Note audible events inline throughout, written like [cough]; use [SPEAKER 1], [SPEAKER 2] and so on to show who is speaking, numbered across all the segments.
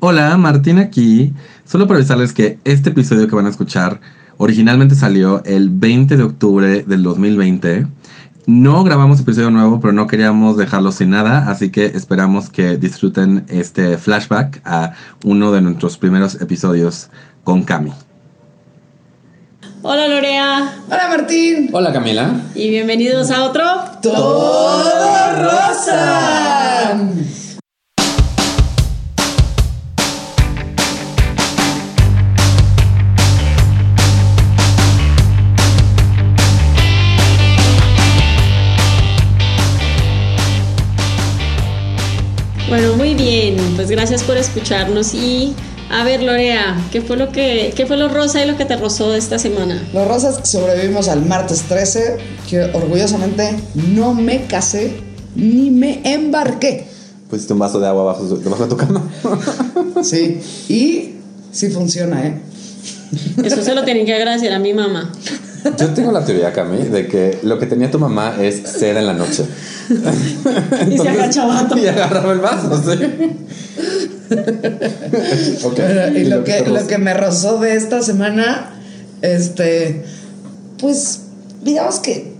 [SPEAKER 1] Hola, Martín aquí. Solo para avisarles que este episodio que van a escuchar originalmente salió el 20 de octubre del 2020. No grabamos episodio nuevo, pero no queríamos dejarlo sin nada, así que esperamos que disfruten este flashback a uno de nuestros primeros episodios con Cami.
[SPEAKER 2] Hola Lorea
[SPEAKER 3] Hola Martín.
[SPEAKER 4] Hola Camila.
[SPEAKER 2] y bienvenidos a otro.
[SPEAKER 3] Todo rosa.
[SPEAKER 2] Bueno, muy bien, pues gracias por escucharnos y a ver Lorea, ¿qué fue lo que qué fue lo rosa y lo que te rozó de esta semana?
[SPEAKER 3] Los rosas sobrevivimos al martes 13, que orgullosamente no me casé ni me embarqué.
[SPEAKER 4] Pusiste un pues, vaso de agua bajo, debajo de tu cama.
[SPEAKER 3] Sí, y sí funciona, ¿eh?
[SPEAKER 2] Eso se lo tienen que agradecer a mi mamá.
[SPEAKER 4] Yo tengo la teoría, Cami, de que lo que tenía tu mamá es seda en la noche.
[SPEAKER 2] Y se agachaba
[SPEAKER 3] [laughs]
[SPEAKER 2] todo.
[SPEAKER 4] Y agarraba el vaso, sí. [laughs] Ok.
[SPEAKER 3] Bueno, y lo que,
[SPEAKER 4] te
[SPEAKER 3] lo
[SPEAKER 4] rozó.
[SPEAKER 3] que me rozó de esta semana, este, pues digamos que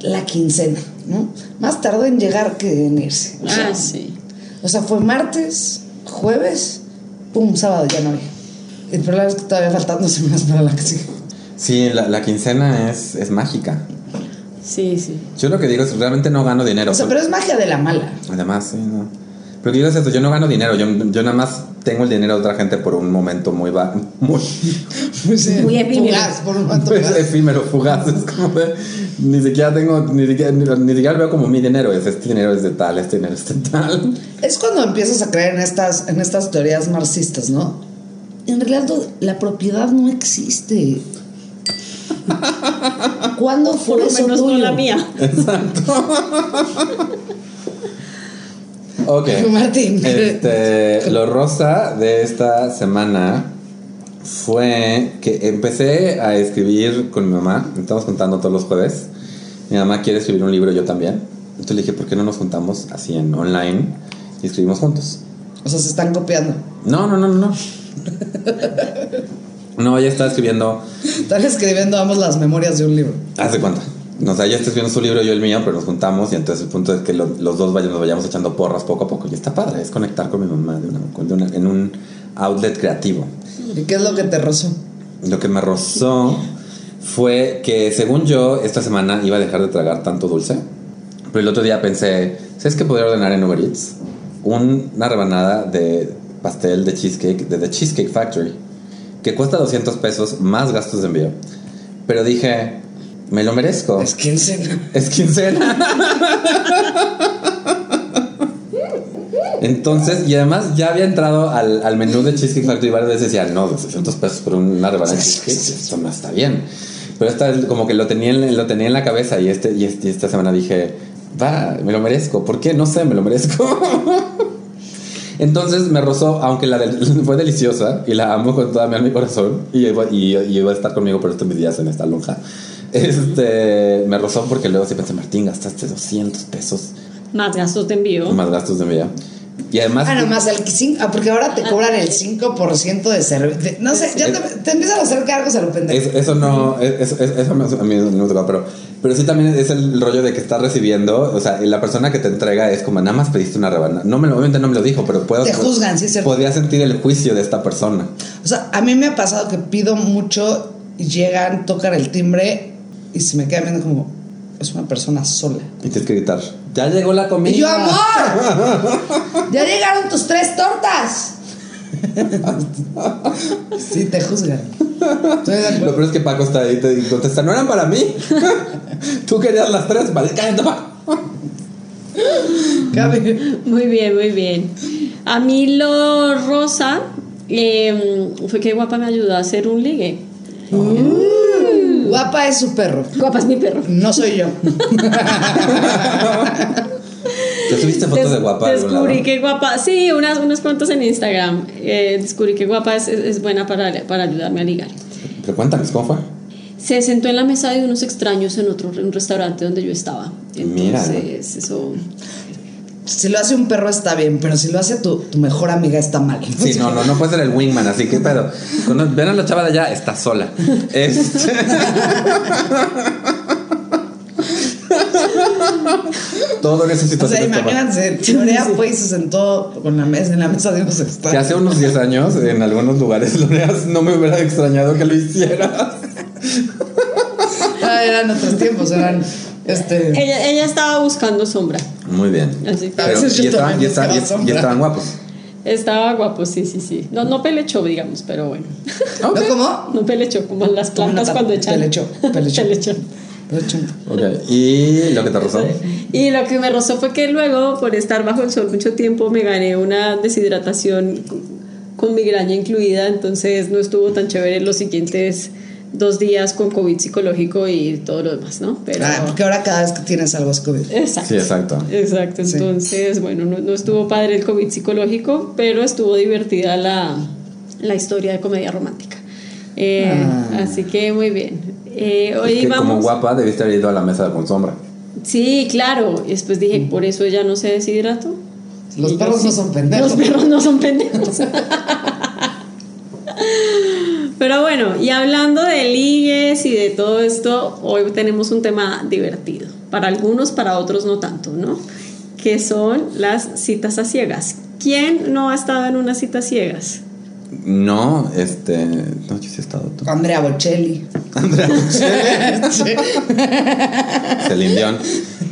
[SPEAKER 3] la quincena, ¿no? Más tardó en llegar que en irse. O sea,
[SPEAKER 2] Ah, sí.
[SPEAKER 3] O sea, fue martes, jueves, pum, sábado ya no había. El problema es que todavía faltan dos semanas para la que sigue.
[SPEAKER 4] Sí, la, la quincena es, es mágica.
[SPEAKER 2] Sí, sí.
[SPEAKER 4] Yo lo que digo es realmente no gano dinero.
[SPEAKER 3] O sea, pero es magia de la mala.
[SPEAKER 4] Además, sí, no. Pero que yo es esto, yo no gano dinero, yo, yo nada más tengo el dinero de otra gente por un momento muy va muy Pues
[SPEAKER 2] Muy efímero.
[SPEAKER 3] Fugaz, por un rato
[SPEAKER 4] es
[SPEAKER 3] fugaz.
[SPEAKER 4] Pues, efímero, fugaz, es como de ni siquiera tengo, ni siquiera, ni, ni siquiera lo veo como mi dinero, es este dinero es de tal, este dinero es de tal. [laughs]
[SPEAKER 3] Es cuando empiezas a creer en estas, en estas teorías marxistas, ¿no? En realidad lo- la propiedad no existe. ¿Cuándo fue
[SPEAKER 2] Por lo
[SPEAKER 3] eso
[SPEAKER 2] menos no
[SPEAKER 3] tuyo?
[SPEAKER 2] la mía.
[SPEAKER 4] [laughs] Ok.
[SPEAKER 3] [laughs] Martín.
[SPEAKER 4] Este, lo rosa de esta semana fue que empecé a escribir con mi mamá. Estamos contando todos los jueves. Mi mamá quiere escribir un libro, yo también. Entonces le dije, ¿por qué no nos juntamos así en online y escribimos juntos?
[SPEAKER 3] O sea, se están copiando.
[SPEAKER 4] No, no, no, no, no. No, ella está escribiendo.
[SPEAKER 3] Están escribiendo ambos las memorias de un libro.
[SPEAKER 4] Haz de cuenta. O sea, ella está escribiendo su libro, yo el mío, pero nos juntamos y entonces el punto es que lo- los dos vayamos, nos vayamos echando porras poco a poco. Y está padre, es conectar con mi mamá de una- con- de una- en un outlet creativo.
[SPEAKER 3] ¿Y qué es lo que te rozó?
[SPEAKER 4] Lo que me rozó fue que, según yo, esta semana iba a dejar de tragar tanto dulce. Pero el otro día pensé, ¿sabes qué podría ordenar en Uber Eats? Un- Una rebanada de pastel de cheesecake de The Cheesecake Factory, que cuesta 200 pesos más gastos de envío. Pero dije, me lo merezco.
[SPEAKER 3] Es quincena.
[SPEAKER 4] Es quincena. Entonces, y además ya había entrado al, al menú de Cheesecake Factory varias veces y decía, no, 200 pesos por una rebanada de cheesecake, esto no está bien. Pero esta vez como que lo tenía en, lo tenía en la cabeza y, este, y, este- y esta semana dije, va, me lo merezco. ¿Por qué? No sé, me lo merezco. Entonces me rozó, aunque la del- [laughs] fue deliciosa y la amo con toda mi alma y corazón y iba, y- y iba a estar conmigo por estos mis días en esta lonja. [laughs] Este, me rozó porque luego sí pensé, Martín, gastaste 200 pesos
[SPEAKER 2] Más gastos te envío.
[SPEAKER 4] más gastos de envío. Y además,
[SPEAKER 3] Ah, nomás el 5. Ah, porque ahora te cobran el 5% de servicio. No sé, ya te, te empiezan a hacer cargos a lo pendejo.
[SPEAKER 4] es- eso no, es- es- eso, me- a mí no me tocó, pero, pero sí también es el rollo de que estás recibiendo, o sea, y la persona que te entrega es como, nada más pediste una rebanada. No me lo, obviamente no me lo dijo, pero puedo...
[SPEAKER 3] Te juzgan, sí es cierto.
[SPEAKER 4] Podía sentir el juicio de esta persona.
[SPEAKER 3] O sea, a mí me ha pasado que pido mucho, y llegan, tocan el timbre y se me queda viendo como, es una persona sola.
[SPEAKER 4] Y tienes que gritar, ya llegó la comida.
[SPEAKER 3] Y yo, amor,
[SPEAKER 4] [laughs]
[SPEAKER 3] ya llegaron tus tres tortas. Sí, te juzgan. Estoy de
[SPEAKER 4] Lo
[SPEAKER 3] acuerdo.
[SPEAKER 4] peor es que Paco está ahí y te contesta, no eran para mí. [laughs] Tú querías las tres, vale, cállate, Paco.
[SPEAKER 3] Cabe.
[SPEAKER 2] Muy bien, muy bien. A mí lo rosa eh, fue que guapa me ayudó a hacer un ligue.
[SPEAKER 3] Guapa es su perro.
[SPEAKER 2] Guapa es mi perro.
[SPEAKER 3] No soy yo.
[SPEAKER 4] ¿Te subiste fotos
[SPEAKER 2] Des-
[SPEAKER 4] de guapa a algún lado?
[SPEAKER 2] Descubrí que guapa, sí, unas, unos cuantos en Instagram. Eh, descubrí que guapa es, es- es buena para, para ayudarme a ligar.
[SPEAKER 4] Pero cuéntanos, ¿cómo fue?
[SPEAKER 2] Se sentó en la mesa de unos extraños en otro en un restaurante donde yo estaba.
[SPEAKER 4] Mira.
[SPEAKER 2] Entonces, eso.
[SPEAKER 3] si lo hace un perro está bien, pero si lo hace tu, tu mejor amiga está mal.
[SPEAKER 4] Sí, no, no, no puede ser el wingman, así que pedo. Cuando ven a la chava de allá, está sola. Este- [laughs] Todo en esa
[SPEAKER 3] O
[SPEAKER 4] situación.
[SPEAKER 3] sea,
[SPEAKER 2] este
[SPEAKER 4] estaba-
[SPEAKER 3] imagínense,
[SPEAKER 2] [laughs]
[SPEAKER 3] Lorea fue y se sentó con la mesa, en la mesa de unos
[SPEAKER 4] que
[SPEAKER 3] extraños.
[SPEAKER 4] hace unos 10 años, en algunos lugares, [laughs] Loreas, no me hubiera extrañado que lo hiciera.
[SPEAKER 3] Ah, eran otros tiempos, eran este.
[SPEAKER 2] Ella, ella estaba buscando sombra.
[SPEAKER 4] Muy bien.
[SPEAKER 2] Así que
[SPEAKER 3] A veces
[SPEAKER 4] y,
[SPEAKER 3] yo
[SPEAKER 4] estaban,
[SPEAKER 3] también
[SPEAKER 4] y estaban- y-
[SPEAKER 3] buscaba sombra.
[SPEAKER 4] y estaban guapos.
[SPEAKER 2] estaba guapo, sí, sí, sí. No, no pelechó, digamos, pero bueno. [laughs]
[SPEAKER 4] Ok.
[SPEAKER 3] ¿No cómo?
[SPEAKER 2] No pelechó, como las
[SPEAKER 3] Como
[SPEAKER 2] plantas
[SPEAKER 3] la
[SPEAKER 2] cuando
[SPEAKER 3] tapa-
[SPEAKER 2] echan.
[SPEAKER 3] pelechó, pelechó.
[SPEAKER 2] [laughs] Pelechó.
[SPEAKER 3] Pero chum.
[SPEAKER 4] Ok, Y lo que te rozó.
[SPEAKER 2] Y lo que me rozó fue que luego, por estar bajo el sol mucho tiempo, me gané una deshidratación con migraña incluida, entonces no estuvo tan chévere los siguientes dos días con COVID psicológico y todo lo demás, ¿no? Eh, Pero...
[SPEAKER 3] Ah, porque ahora cada vez que tienes algo es COVID.
[SPEAKER 2] Exacto.
[SPEAKER 4] Sí, exacto.
[SPEAKER 2] Exacto,
[SPEAKER 3] Sí.
[SPEAKER 2] entonces, bueno, no, no estuvo padre el COVID psicológico, pero estuvo divertida la, la historia de comedia romántica. Eh,
[SPEAKER 3] Ah.
[SPEAKER 2] Así que muy bien. Eh, hoy
[SPEAKER 4] Es que como
[SPEAKER 2] vamos.
[SPEAKER 4] guapa debiste haber ido a la mesa con sombra.
[SPEAKER 2] Sí, claro. Y después dije,
[SPEAKER 4] Mm.
[SPEAKER 2] por eso ella no se deshidrató.
[SPEAKER 3] Los
[SPEAKER 2] Y yo
[SPEAKER 3] perros no son pendejos.
[SPEAKER 2] Los perros no son pendejos. Pero bueno, y hablando de ligues y de todo esto, hoy tenemos un tema divertido. Para algunos, para otros no tanto, ¿no? Que son las citas a ciegas. ¿Quién no ha estado en una cita a ciegas?
[SPEAKER 4] No, este. No, yo sí he estado tú.
[SPEAKER 3] Andrea Bocelli. [laughs]
[SPEAKER 4] Celine Dion.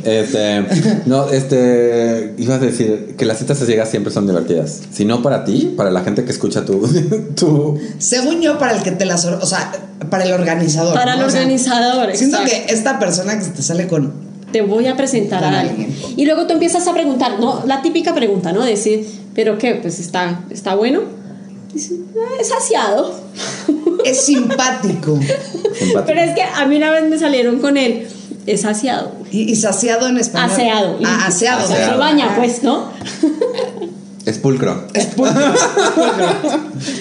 [SPEAKER 4] Este. No, este. Ibas a decir que las citas a ciegas siempre son divertidas. Si no para ti, para la gente que escucha tu. [laughs] tu
[SPEAKER 3] Según yo, para el que te las. or- O sea, para el organizador.
[SPEAKER 2] Para el
[SPEAKER 3] ¿no? O sea,
[SPEAKER 2] organizador.
[SPEAKER 3] Siento
[SPEAKER 2] exacto.
[SPEAKER 3] que esta persona que se te sale con.
[SPEAKER 2] te voy a presentar a alguien. Y luego tú empiezas a preguntar, no, la típica pregunta, ¿no? Decir, ¿pero qué? Pues está, está bueno. Dices, "Ah, es saciado.
[SPEAKER 3] Es simpático
[SPEAKER 4] simpático.
[SPEAKER 2] Pero es que a mí una vez me salieron con él, es saciado.
[SPEAKER 3] y, y saciado en español.
[SPEAKER 2] Aseado.
[SPEAKER 3] Ah, aseado.
[SPEAKER 2] Se
[SPEAKER 4] Aseado. Ah,
[SPEAKER 2] baña, pues, ¿no?
[SPEAKER 4] Es pulcro. [laughs]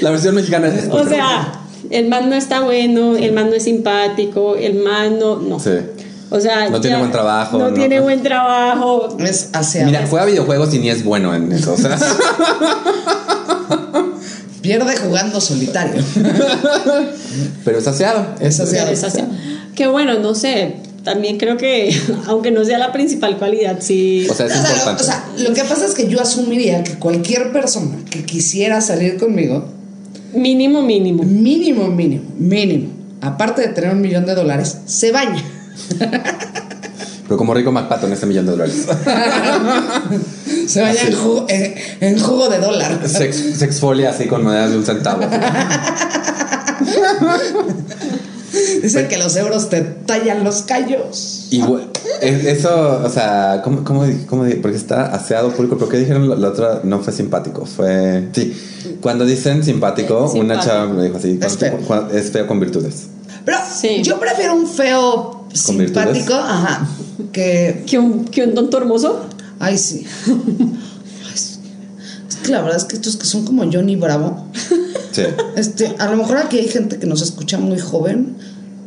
[SPEAKER 4] la versión mexicana es pulcro.
[SPEAKER 2] O sea, el man no está bueno, el man no es simpático, el man no. no.
[SPEAKER 4] Sí.
[SPEAKER 2] O sea,
[SPEAKER 4] No tiene buen trabajo,
[SPEAKER 2] No,
[SPEAKER 4] no.
[SPEAKER 2] tiene buen trabajo.
[SPEAKER 3] Es aseado.
[SPEAKER 4] Mira, juega videojuegos y ni es bueno en eso. O sea,
[SPEAKER 3] Pierde jugando solitario.
[SPEAKER 4] pero es aseado.
[SPEAKER 3] Es aseado.
[SPEAKER 2] Es así. Que bueno, no sé. También creo que, [laughs] aunque no sea la principal cualidad, sí.
[SPEAKER 4] O sea, es
[SPEAKER 3] O sea, lo-
[SPEAKER 4] importante.
[SPEAKER 3] o sea, lo que pasa es que yo asumiría que cualquier persona que quisiera salir conmigo,
[SPEAKER 2] Mínimo, mínimo.
[SPEAKER 3] mínimo, mínimo, mínimo, aparte de tener un millón de dólares, se baña. [laughs]
[SPEAKER 4] Pero como rico McPato en ese millón de dólares.
[SPEAKER 3] Se baña
[SPEAKER 4] Así.
[SPEAKER 3] en jugo, en, en jugo de dólar.
[SPEAKER 4] Se, ex- se exfolia así con monedas de un centavo.
[SPEAKER 3] Dicen que los euros te tallan los callos.
[SPEAKER 4] Y bu- es- eso, o sea, ¿cómo, cómo, di- cómo di- Porque está aseado público. ¿Pero qué dijeron la, la otra? No fue simpático. Fue. Sí. Cuando dicen simpático, una
[SPEAKER 2] Simpático.
[SPEAKER 4] chava me dijo así:
[SPEAKER 3] Es feo.
[SPEAKER 4] "Cuando- cu- es feo con virtudes.
[SPEAKER 3] Pero
[SPEAKER 2] Sí.
[SPEAKER 3] yo prefiero un feo
[SPEAKER 4] virtudes?
[SPEAKER 3] simpático, ajá, que
[SPEAKER 2] Que un, que un tonto
[SPEAKER 4] [laughs]
[SPEAKER 2] hermoso.
[SPEAKER 3] ay sí. [laughs] Ay, sí. Es que la verdad es que estos que son como Johnny Bravo.
[SPEAKER 4] Sí.
[SPEAKER 3] Este, a lo mejor aquí hay gente que nos escucha muy joven.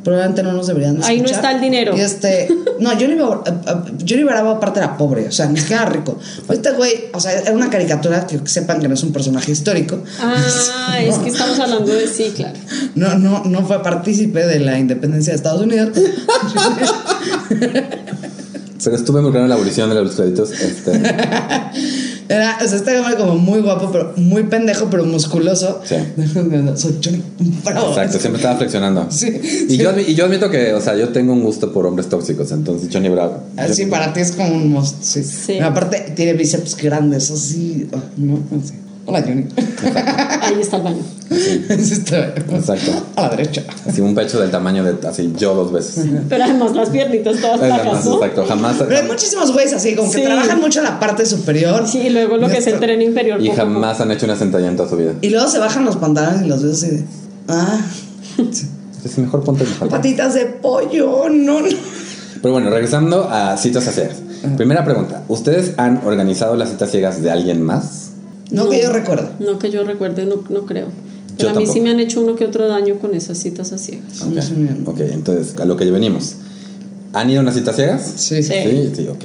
[SPEAKER 3] Probablemente no nos deberían de escuchar.
[SPEAKER 2] Ahí no está el dinero.
[SPEAKER 3] Y este, no, Johnny Bravo, eh, eh, Johnny Bravo aparte era pobre, o sea, ni siquiera era rico. Pero Este güey, o sea, era una caricatura que sepan que no es un personaje histórico.
[SPEAKER 2] Ah, es que estamos hablando de sí, claro.
[SPEAKER 3] No, no, no fue partícipe de la independencia de Estados Unidos.
[SPEAKER 4] Pero estuve involucrado en la abolición de los
[SPEAKER 3] [laughs]
[SPEAKER 4] créditos. Este,
[SPEAKER 3] Era, o sea, este hombre como muy guapo, pero muy pendejo, pero musculoso. [laughs]
[SPEAKER 4] Sí.
[SPEAKER 3] Soy Johnny Bravo.
[SPEAKER 4] exacto, siempre estaba flexionando.
[SPEAKER 3] Sí,
[SPEAKER 4] Y,
[SPEAKER 3] sí.
[SPEAKER 4] Yo, admi- y yo admito que, o sea, yo tengo un gusto por hombres tóxicos. Entonces, Johnny Bravo.
[SPEAKER 3] Así
[SPEAKER 4] yo-
[SPEAKER 3] Ah, para ti es como un monstruo. Sí.
[SPEAKER 2] Sí.
[SPEAKER 3] No, Aparte, tiene bíceps grandes, así. ah, ¿no? Así. Hola, Johnny.
[SPEAKER 2] Ahí está el baño.
[SPEAKER 3] [laughs] Es este,
[SPEAKER 4] Exacto.
[SPEAKER 3] A la derecha.
[SPEAKER 4] Así un pecho del tamaño de así yo dos veces.
[SPEAKER 3] [laughs]
[SPEAKER 2] Pero además las piernitas todas
[SPEAKER 4] Es jamás,
[SPEAKER 2] tacas, ¿no?
[SPEAKER 4] exacto, jamás.
[SPEAKER 3] Pero hay muchísimos güeyes así, como que
[SPEAKER 2] Sí.
[SPEAKER 3] trabajan mucho la parte superior.
[SPEAKER 2] Sí, y luego lo que es el tren inferior.
[SPEAKER 4] Y
[SPEAKER 2] poco a poco.
[SPEAKER 4] jamás han hecho una sentadilla en toda su vida.
[SPEAKER 3] Y luego se bajan los pantalones y los ves así de. Ah,
[SPEAKER 4] Es mejor ponte el zapato.
[SPEAKER 3] patitas de pollo. No, no.
[SPEAKER 4] Pero bueno, regresando a citas a ciegas. Primera pregunta: ¿Ustedes han organizado las citas ciegas de alguien más?
[SPEAKER 3] No que yo recuerdo.
[SPEAKER 2] No que yo recuerde, no, no creo.
[SPEAKER 4] Yo
[SPEAKER 2] Pero a mí sí
[SPEAKER 4] tampoco.
[SPEAKER 2] me han hecho uno que otro daño con esas citas a ciegas.
[SPEAKER 4] Ok, ok, entonces a lo que venimos. ¿Han ido a unas citas ciegas?
[SPEAKER 3] Sí.
[SPEAKER 2] Sí.
[SPEAKER 4] Sí, sí, ok.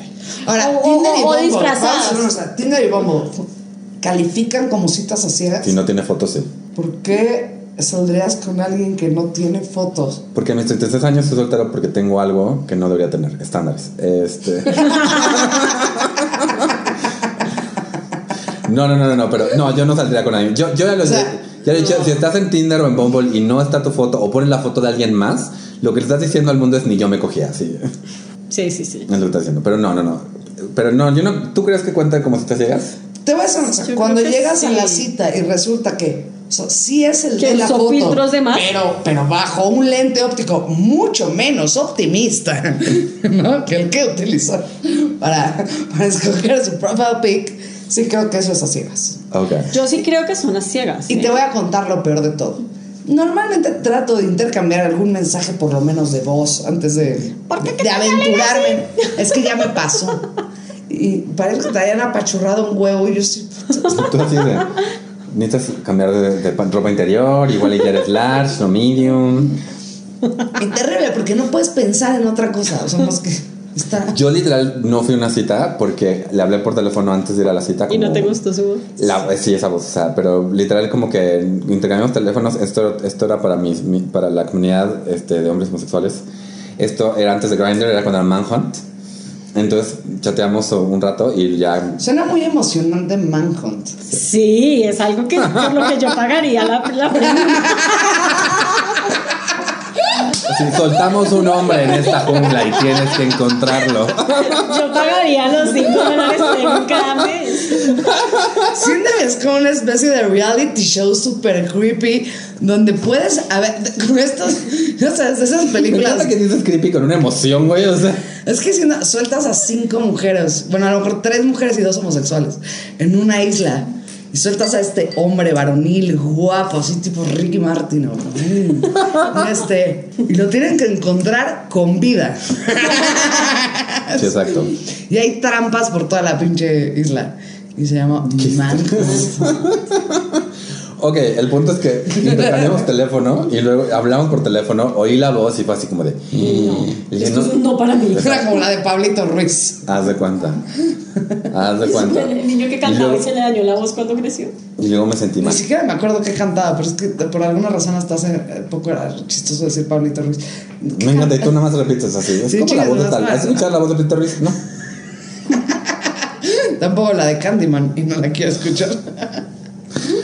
[SPEAKER 3] Ahora,
[SPEAKER 5] O-
[SPEAKER 3] Tinder
[SPEAKER 5] o- o
[SPEAKER 3] y Bumble. Ah,
[SPEAKER 5] disfrazadas.
[SPEAKER 3] vamos a hacer una cosa, Tinder y Bumble. ¿Califican como citas a ciegas?
[SPEAKER 4] Si no tiene fotos, sí.
[SPEAKER 3] ¿Por qué saldrías con alguien que no tiene fotos?
[SPEAKER 4] Porque a mis 33 años estoy soltero porque tengo algo que no debería tener, estándares. Este. No, no, no, no, no, pero no, yo no saldría con alguien. Yo, yo ya lo
[SPEAKER 3] O sea,
[SPEAKER 4] he- ya lo he dicho, si estás en Tinder o en Bumble y no está tu foto o pones la foto de alguien más, lo que le estás diciendo al mundo es ni yo me cogía, así [laughs] es
[SPEAKER 2] Sí, sí, sí.
[SPEAKER 4] lo que estás diciendo. Pero no, no, no. Pero no, yo no, ¿tú crees que cuenta como si te ciegas?
[SPEAKER 3] Te voy a decir una cosa,
[SPEAKER 2] Yo
[SPEAKER 3] cuando
[SPEAKER 2] creo que
[SPEAKER 3] llegas a
[SPEAKER 2] sí.
[SPEAKER 3] la cita y resulta que, o sea, sí es el
[SPEAKER 2] Que
[SPEAKER 3] de la
[SPEAKER 2] usó
[SPEAKER 3] foto,
[SPEAKER 2] filtros de más.
[SPEAKER 3] Pero, pero bajo un lente óptico mucho menos optimista, [laughs] ¿no? Que el que utilizó para, para escoger su profile pic, sí creo que eso es a ciegas.
[SPEAKER 4] Ok.
[SPEAKER 2] Yo sí creo que son las ciegas.
[SPEAKER 3] Y
[SPEAKER 2] ¿eh?
[SPEAKER 3] te voy a contar lo peor de todo. Normalmente trato de intercambiar algún mensaje, por lo menos de voz, antes de,
[SPEAKER 2] ¿Por qué te
[SPEAKER 3] de
[SPEAKER 2] salen
[SPEAKER 3] aventurarme. Es que ya me pasó. Y parece que te hayan apachurrado un huevo y yo sí.
[SPEAKER 4] Pues Tú
[SPEAKER 3] [laughs]
[SPEAKER 4] así de. Necesitas cambiar de, de pan- ropa interior, igual y ya eres large, no medium.
[SPEAKER 3] Y terrible, porque no puedes pensar en otra cosa. O sea, más que está.
[SPEAKER 4] Yo literal no fui a una cita porque le hablé por teléfono antes de ir a la cita.
[SPEAKER 2] Y no
[SPEAKER 4] como-
[SPEAKER 2] te gustó su voz.
[SPEAKER 4] La, eh, sí, esa voz, o sea, pero literal como que intercambiamos teléfonos, esto, esto era para, mis, mi- para la comunidad este, de hombres homosexuales, esto era antes de Grindr, era cuando era Manhunt, entonces chateamos un rato y ya...
[SPEAKER 3] Suena muy emocionante Manhunt.
[SPEAKER 2] Sí, es algo que por lo que yo pagaría la, la premium.
[SPEAKER 4] Si soltamos un hombre en esta jungla y tienes que encontrarlo.
[SPEAKER 2] Yo pagaría los 5 dólares premium cada mes.
[SPEAKER 3] Siento que es como una especie de reality show super creepy donde puedes. A ver, con estos. Ya sabes, de esas
[SPEAKER 4] Me
[SPEAKER 3] películas.
[SPEAKER 4] encanta que dices creepy con una emoción, güey, o sea...
[SPEAKER 3] Es que si no- sueltas a cinco mujeres, bueno, a lo mejor tres mujeres y dos homosexuales, en una isla, y sueltas a este hombre varonil, guapo, así tipo Ricky Martin, ¿no? [laughs] Mm. este, y lo tienen que encontrar con vida.
[SPEAKER 4] Sí, exacto.
[SPEAKER 3] Y hay trampas por toda la pinche isla. Y se llama Manhunt.
[SPEAKER 4] Ok, el punto es que intercambiamos teléfono y luego hablamos por teléfono, oí la voz y fue así como de... "Mm". Le dije,
[SPEAKER 2] Esto es un no para mí.
[SPEAKER 3] Era como la de Pablito Ruiz.
[SPEAKER 4] Haz de cuenta. Haz de cuenta.
[SPEAKER 2] El niño que cantaba y se le dañó la voz cuando creció.
[SPEAKER 4] Y luego me sentí
[SPEAKER 3] Ni
[SPEAKER 4] mal.
[SPEAKER 3] siquiera me acuerdo qué cantaba, pero es que por alguna razón hasta hace poco era chistoso decir Pablito Ruiz.
[SPEAKER 4] Me encanta, y tú nada más repites así. Es
[SPEAKER 3] Sí,
[SPEAKER 4] como la
[SPEAKER 3] chicas,
[SPEAKER 4] voz de
[SPEAKER 3] no
[SPEAKER 4] tal.
[SPEAKER 3] más.
[SPEAKER 4] ¿Has escuchado la voz de Peter Ruiz? No.
[SPEAKER 3] Tampoco la de Candyman y no la quiero escuchar.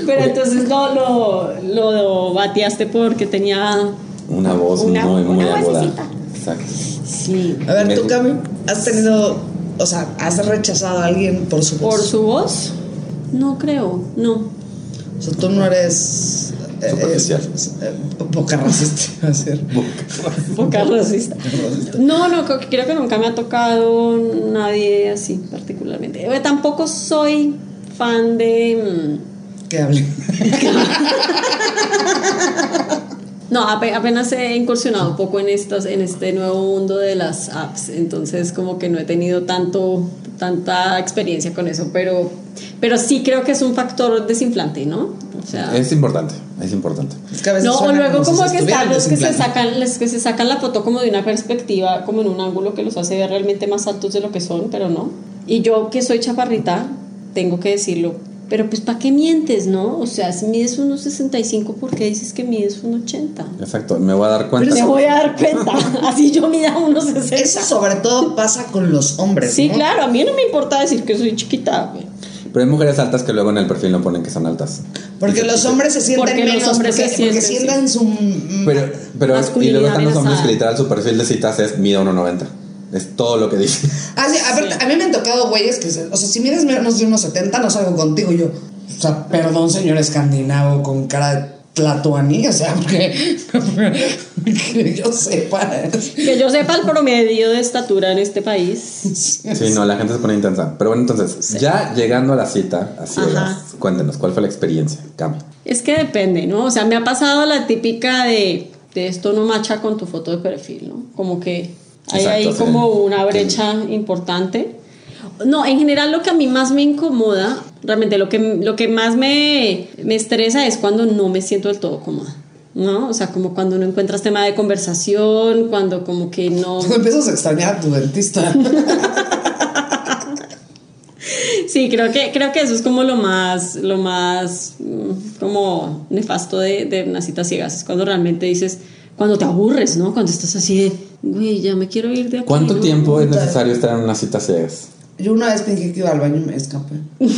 [SPEAKER 2] Pero entonces no lo, lo bateaste porque tenía.
[SPEAKER 4] Una voz
[SPEAKER 2] Una-
[SPEAKER 4] muy, muy
[SPEAKER 2] una
[SPEAKER 4] aguda.
[SPEAKER 2] vocecita.
[SPEAKER 4] Exacto.
[SPEAKER 2] Sí.
[SPEAKER 3] A ver,
[SPEAKER 4] Me-
[SPEAKER 3] tú, Cami, ¿has tenido, o sea, has rechazado a alguien por su voz?
[SPEAKER 2] ¿Por su voz? No creo, no. [laughs]
[SPEAKER 3] O sea, tú no eres... eh,
[SPEAKER 4] Superficial.
[SPEAKER 3] eh, eh, boca racista, [laughs] iba a decir.
[SPEAKER 2] Boca racista. No, no, creo que- creo que nunca me ha tocado nadie así particularmente. Eh, tampoco soy fan de. mm,
[SPEAKER 3] Que hable.
[SPEAKER 2] mm, No, ape- apenas he incursionado un poco en estas, en este nuevo mundo de las apps, entonces como que no he tenido tanto, tanta experiencia con eso, pero, pero sí creo que es un factor desinflante, ¿no? O sea,
[SPEAKER 4] Es importante, es importante.
[SPEAKER 3] Es que a veces
[SPEAKER 2] no, o
[SPEAKER 3] Pues suena
[SPEAKER 2] luego
[SPEAKER 3] si
[SPEAKER 2] como
[SPEAKER 3] se
[SPEAKER 2] que
[SPEAKER 3] estuvieran
[SPEAKER 2] están los que se
[SPEAKER 3] desinflando.
[SPEAKER 2] sacan, los que se sacan la foto como de una perspectiva, como en un ángulo que los hace ver realmente más altos de lo que son, pero no. Y yo que soy chaparrita, tengo que decirlo. Pero pues ¿para qué mientes, no? O sea, si mides 1.65, ¿por qué dices que mides 1.80?
[SPEAKER 4] Exacto, me voy a dar
[SPEAKER 2] Me
[SPEAKER 4] cuenta.
[SPEAKER 2] voy a dar cuenta. [laughs] Así yo mida 1.60.
[SPEAKER 3] Eso sobre todo pasa con los hombres,
[SPEAKER 2] Sí,
[SPEAKER 3] ¿no?
[SPEAKER 2] claro, a mí no me importa decir que soy chiquita, güey.
[SPEAKER 4] Pero hay mujeres altas que luego en el perfil no ponen que son altas.
[SPEAKER 3] Porque los hombres se sienten
[SPEAKER 2] Porque los
[SPEAKER 3] menos,
[SPEAKER 2] hombres se
[SPEAKER 3] porque, porque
[SPEAKER 2] sienten,
[SPEAKER 3] sienten su...
[SPEAKER 4] Pero, pero y
[SPEAKER 2] Masculinidad
[SPEAKER 4] luego están los hombres
[SPEAKER 2] amenazada.
[SPEAKER 4] que literal su perfil de citas es mida 1.90. Es todo lo que dicen.
[SPEAKER 3] Ah, sí, a, ver, a mí me han tocado güeyes que, se- o sea, si mides menos de unos 70, no salgo contigo. Y yo, o sea, perdón, señor escandinavo con cara de tlatoaní, o sea, [laughs] porque, que yo sepa.
[SPEAKER 2] Que yo sepa el promedio de estatura en este país.
[SPEAKER 4] Sí, no, la gente se pone intensa. Pero bueno, entonces, ya llegando a la cita, así
[SPEAKER 2] Ajá.
[SPEAKER 4] es. Cuéntenos, ¿cuál fue la experiencia, Cami?
[SPEAKER 2] Es que depende, ¿no? O sea, me ha pasado la típica de, de esto no macha con tu foto de perfil, ¿no? Como que hay
[SPEAKER 4] Exacto,
[SPEAKER 2] ahí
[SPEAKER 4] sí.
[SPEAKER 2] como una brecha importante. No, en general lo que a mí más me incomoda, realmente lo que, lo que más me, me estresa es cuando no me siento del todo cómoda. ¿no? O sea, como cuando no encuentras tema de conversación, cuando como que
[SPEAKER 4] [laughs]
[SPEAKER 2] no...
[SPEAKER 3] Tú empiezas a extrañar a tu dentista.
[SPEAKER 2] Sí, creo que, creo que eso es como lo más, lo más mm, como nefasto de, de unas citas ciegas, es cuando realmente dices, cuando te aburres, ¿no? Cuando estás así de, güey, ya me quiero ir de aquí.
[SPEAKER 4] ¿Cuánto
[SPEAKER 2] ¿no?".
[SPEAKER 4] tiempo es necesario estar en una cita ciegas?
[SPEAKER 3] Yo una vez fingí que iba al baño y me escapé. [laughs]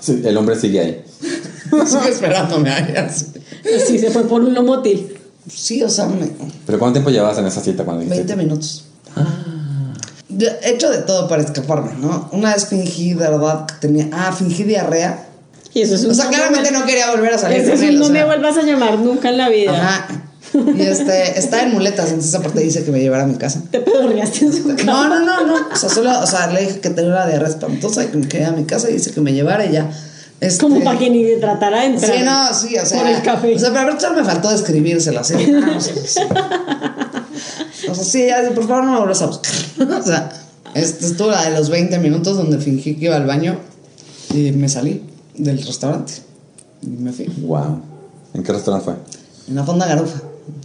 [SPEAKER 4] Sí, El hombre sigue ahí.
[SPEAKER 3] Sigo esperándome hayas.
[SPEAKER 2] Sí, se fue por un lomotil.
[SPEAKER 3] Sí, o sea, me-
[SPEAKER 4] ¿Pero cuánto tiempo llevabas en esa cita cuando dijiste?
[SPEAKER 3] 20 minutos.
[SPEAKER 2] Ah.
[SPEAKER 3] Yo He hecho de todo para escaparme, ¿no? Una vez fingí de verdad que tenía. Ah, fingí diarrea.
[SPEAKER 2] Y eso es un
[SPEAKER 3] O sea,
[SPEAKER 2] no me
[SPEAKER 3] claramente
[SPEAKER 2] vuel-
[SPEAKER 3] no quería volver a salir
[SPEAKER 2] Ese
[SPEAKER 3] con
[SPEAKER 2] es un
[SPEAKER 3] él.
[SPEAKER 2] no
[SPEAKER 3] o
[SPEAKER 2] me
[SPEAKER 3] sea.
[SPEAKER 2] vuelvas a llamar nunca en la vida.
[SPEAKER 3] Ajá. Y este, está en muletas, entonces aparte dice que me llevara a mi casa.
[SPEAKER 2] Te pedorreaste en su cara.
[SPEAKER 3] No, no, no, no. O sea, solo, o sea, le dije que tenía una diarrea espantosa y que me quedé a mi casa y dice que me llevara y ya. Este,
[SPEAKER 2] Como para que ni te tratara de entrar.
[SPEAKER 3] Sí, no, sí, o sea.
[SPEAKER 2] Por el café.
[SPEAKER 3] O sea, pero ahorita me faltó describírsela así. Ah, no, sí, sí. O sea, sí, ya, por favor no me vuelvas a buscar. [laughs] O sea, esta estuvo la de los 20 minutos donde fingí que iba al baño y me salí del restaurante. Y me fui.
[SPEAKER 4] Wow. ¿En qué restaurante fue?
[SPEAKER 3] En la fonda garufa.
[SPEAKER 2] [laughs]